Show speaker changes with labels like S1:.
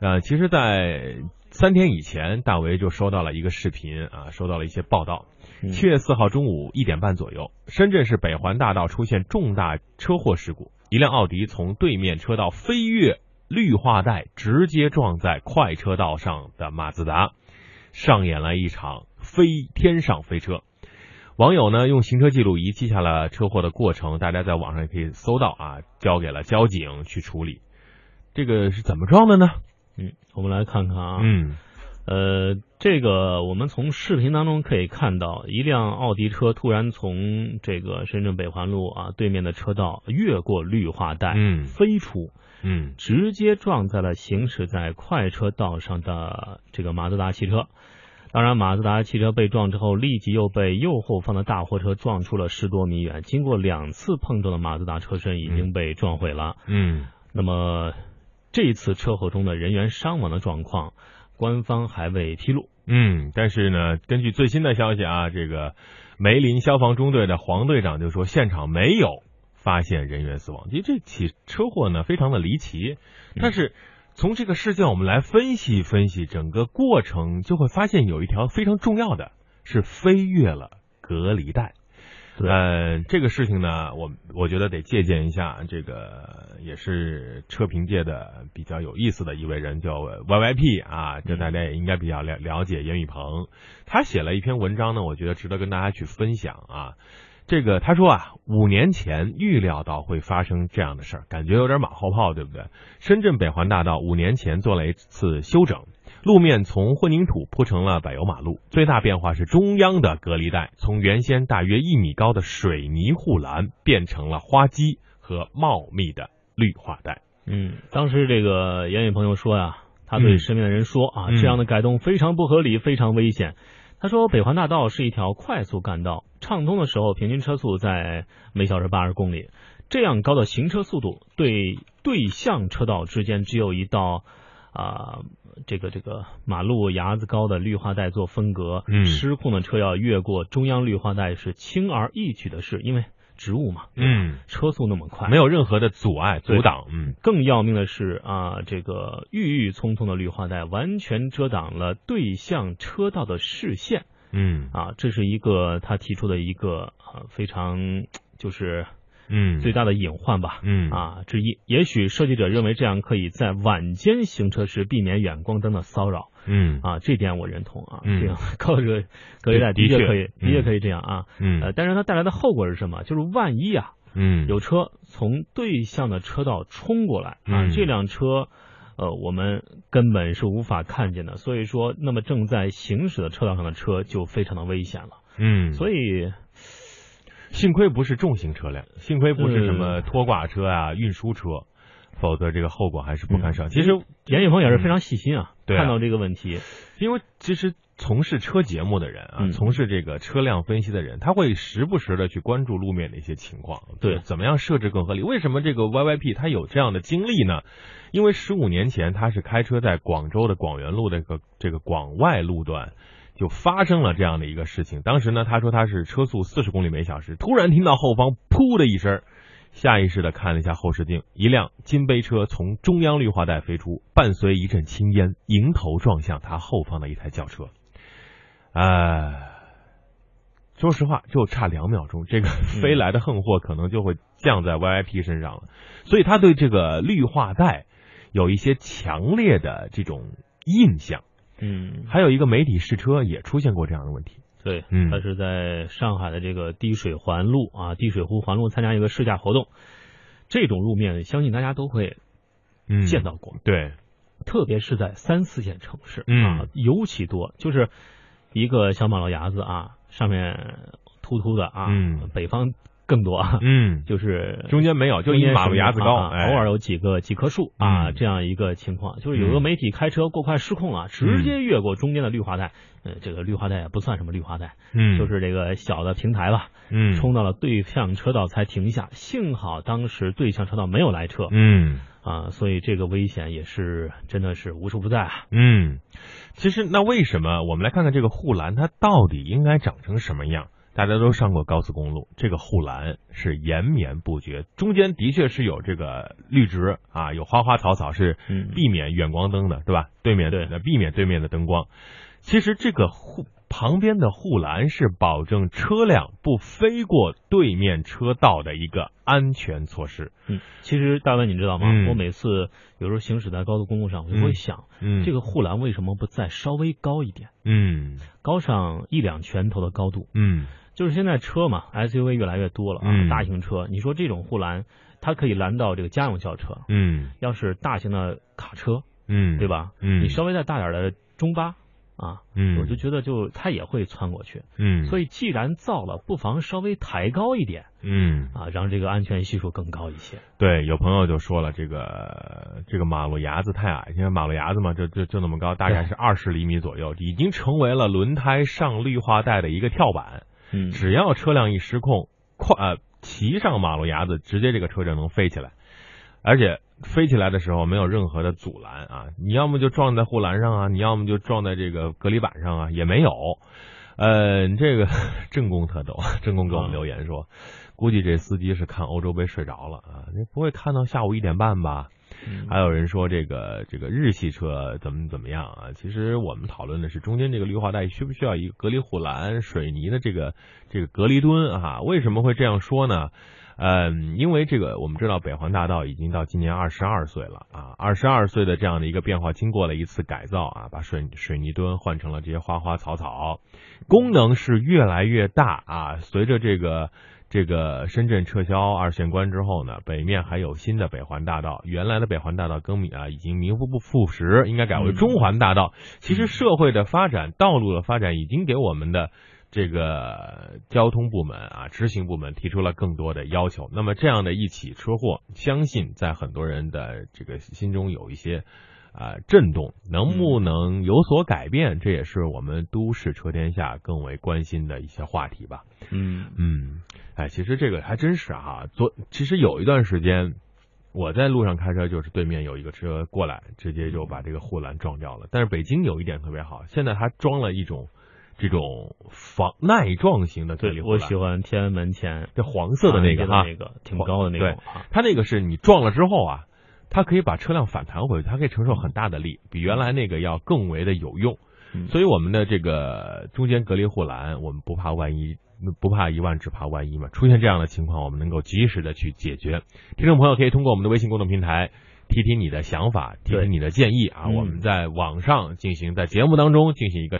S1: 呃，其实，在三天以前，大为就收到了一个视频啊，收到了一些报道。
S2: 嗯
S1: 七月四号中午一点半左右，深圳市北环大道出现重大车祸事故，一辆奥迪从对面车道飞跃绿化带，直接撞在快车道上的马自达，上演了一场飞天上飞车。网友呢用行车记录仪记下了车祸的过程，大家在网上也可以搜到啊，交给了交警去处理。这个是怎么撞的呢？
S2: 嗯，我们来看看啊，
S1: 嗯
S2: 呃，这个我们从视频当中可以看到，一辆奥迪车突然从这个深圳北环路啊对面的车道越过绿化带，
S1: 嗯
S2: 飞出，
S1: 嗯
S2: 直接撞在了行驶在快车道上的这个马自达汽车。当然，马自达汽车被撞之后，立即又被右后方的大货车撞出了十多米远。经过两次碰撞的马自达车身已经被撞毁了。
S1: 嗯
S2: 那么，这一次车祸中的人员伤亡的状况，官方还未披露。
S1: 嗯，但是呢，根据最新的消息啊，这个梅林消防中队的黄队长就说，现场没有发现人员死亡。其实这起车祸呢，非常的离奇，但是从这个事件我们来分析分析整个过程，就会发现有一条非常重要的是飞越了隔离带。
S2: 对
S1: 呃，这个事情呢，我我觉得得借鉴一下，这个也是车评界的比较有意思的一位人，叫 YYP 啊，这大家也应该比较了了解严宇鹏，他写了一篇文章呢，我觉得值得跟大家去分享啊。这个他说啊，五年前预料到会发生这样的事儿，感觉有点马后炮，对不对？深圳北环大道五年前做了一次修整，路面从混凝土铺成了柏油马路。最大变化是中央的隔离带从原先大约一米高的水泥护栏变成了花基和茂密的绿化带。
S2: 嗯，当时这个言语朋友说呀、他对
S1: 嗯
S2: 身边的人说啊，
S1: 嗯
S2: 这样的改动非常不合理，非常危险。他说，北环大道是一条快速干道，畅通的时候平均车速在每小时八十公里，这样高的行车速度对对向车道之间只有一道啊、这个这个马路牙子高的绿化带做分隔，
S1: 嗯
S2: 失控的车要越过中央绿化带是轻而易举的事，因为植物嘛，
S1: 嗯，
S2: 车速那么快，
S1: 没有任何的阻碍
S2: 对
S1: 阻挡。嗯
S2: 更要命的是啊，这个郁郁葱葱的绿化带完全遮挡了对向车道的视线
S1: 嗯
S2: 啊，这是一个他提出的一个啊非常就是
S1: 嗯，
S2: 最大的隐患吧。
S1: 嗯
S2: 啊，之一，也许设计者认为这样可以在晚间行车时避免远光灯的骚扰
S1: 嗯
S2: 啊，这点我认同啊，
S1: 嗯
S2: 这样靠这个隔离带
S1: 对的
S2: 的
S1: 确
S2: 确可以，的确
S1: 嗯
S2: 可以这样啊，呃，
S1: 嗯
S2: 但是它带来的后果是什么？就是万一啊，
S1: 嗯
S2: 有车从对向的车道冲过来啊，
S1: 嗯
S2: 这辆车，呃，我们根本是无法看见的，所以说，那么正在行驶的车道上的车就非常的危险了。
S1: 嗯，
S2: 所以，
S1: 幸亏不是重型车辆，幸亏不是什么拖挂车啊、运输车，否则这个后果还是不堪设想。其实
S2: 严宇鹏也是非常细心啊，
S1: 对啊
S2: 看到这个问题，
S1: 因为其实从事车节目的人啊，
S2: 嗯
S1: 从事这个车辆分析的人，他会时不时的去关注路面的一些情况，
S2: 对
S1: 怎么样设置更合理？为什么这个 YYP 他有这样的经历呢？因为十五年前他是开车在广州的广元路的这个这个广外路段。就发生了这样的一个事情，当时呢，他说他是车速四十公里每小时，突然听到后方“噗”的一声，下意识的看了一下后视镜，一辆金杯车从中央绿化带飞出，伴随一阵青烟，迎头撞向他后方的一台轿车。呃，说实话，就差两秒钟，这个飞来的横祸可能就会降在 YIP 身上了。所以他对这个绿化带有一些强烈的这种印象。
S2: 嗯，
S1: 还有一个媒体试车也出现过这样的问题。
S2: 对，
S1: 嗯
S2: 他是在上海的这个滴水环路啊，滴水湖环路参加一个试驾活动，这种路面相信大家都会
S1: 嗯
S2: 见到过，
S1: 对，
S2: 特别是在三四线城市、
S1: 嗯
S2: 啊，尤其多，就是一个小马路牙子啊，上面突突的啊，
S1: 嗯
S2: 北方更多啊，
S1: 嗯，
S2: 就是
S1: 中间没有，就一马路牙子高，
S2: 啊
S1: 哎
S2: 偶尔有几个几棵树啊，
S1: 嗯
S2: 这样一个情况，就是有个媒体开车过快失控了，啊直接越过中间的绿化带，呃，这个绿化带也不算什么绿化带，
S1: 嗯，
S2: 就是这个小的平台吧，
S1: 嗯
S2: 冲到了对向车道才停下，幸好当时对向车道没有来车
S1: 嗯。
S2: 啊，所以这个危险也是真的是无处不在啊。
S1: 嗯，其实那为什么我们来看看这个护栏它到底应该长成什么样？大家都上过高速公路，这个护栏是延绵不绝，中间的确是有这个绿植啊，有花花草草，是
S2: 嗯
S1: 避免远光灯的，对吧？对面
S2: 对
S1: 的避免对面的灯光。其实这个护旁边的护栏是保证车辆不飞过对面车道的一个安全措施。
S2: 嗯，其实大卫，你知道吗？
S1: 嗯
S2: 我每次有时候行驶在高速公路上，我就会想，
S1: 嗯，
S2: 这
S1: 个
S2: 个护栏为什么不再稍微高一点，
S1: 嗯
S2: 高上一两拳头的高度？
S1: 嗯
S2: 就是现在车嘛，SUV 越来越多了啊，
S1: 嗯
S2: 大型车，你说这种护栏，它可以拦到这个家用轿车，
S1: 嗯
S2: 要是大型的卡车，
S1: 嗯，
S2: 对
S1: 吧？
S2: 吧？
S1: 嗯，
S2: 你稍微再大点的中巴啊，
S1: 嗯，
S2: 我就觉得就它也会穿过去。
S1: 嗯，
S2: 所
S1: 以
S2: 以既然造了，不妨稍微抬高一点
S1: 嗯。
S2: 啊，让这个安全系数更高一些。
S1: 对，有朋友就说了，这个这个马路牙子太矮，现在马路牙子嘛，就就就那么高，大概是二十厘米左右，已经成为了轮胎上绿化带的一个跳板。
S2: 嗯，
S1: 只要车辆一失控，快呃骑上马路牙子，直接这个车就能飞起来，而且飞起来的时候没有任何的阻拦啊，你要么就撞在护栏上啊，你要么就撞在这个隔离板上啊，也没有。呃，这个 正宫特逗， 正宫给我们留言说，估计这司机是看欧洲杯睡着了啊，那不会看到下午一点半吧？
S2: 嗯
S1: 还有人说这个这个日系车怎么怎么样啊？其实我们讨论的是中间这个绿化带需不需要一个隔离护栏、水泥的这个这个隔离墩啊？为什么会这样说呢？嗯，因为这个我们知道北环大道已经到今年二十二岁了啊，二十二岁的这样的一个变化，经过了一次改造啊，把水水泥墩换成了这些花花草草，功能是越来越大啊。随着这个这个深圳撤销二线关之后呢，北面还有新的北环大道，原来的北环大道更名啊已经名不不副实，应该改为中环大道。其实社会的发展、道路的发展已经给我们的这个交通部门啊、执行部门提出了更多的要求。那么这样的一起车祸，相信在很多人的这个心中有一些。啊、震动能不能有所改变？这也是我们都市车天下更为关心的一些话题吧。
S2: 嗯
S1: 嗯，哎，其实这个还真是哈、昨其实有一段时间，我在路上开车，就是对面有一个车过来，直接就把这个护栏撞掉了。但是北京有一点特别好，现在它装了一种这种防耐撞型的隔离
S2: 对，
S1: 护
S2: 我
S1: 栏
S2: 喜，欢天安门前
S1: 这黄色的那个哈、
S2: 啊那个挺高的那种啊。
S1: 它那个是你撞了之后啊，它可以把车辆反弹回去，它可以承受很大的力，比原来那个要更为的有用。
S2: 嗯
S1: 所以我们的这个中间隔离护栏，我们不怕万一，不怕一万，只怕万一嘛。出现这样的情况，我们能够及时的去解决。听众朋友可以通过我们的微信公众平台。提提你的想法，提提
S2: 对
S1: 你的建议啊！
S2: 嗯
S1: 我们在网上进行，在节目当中进行一个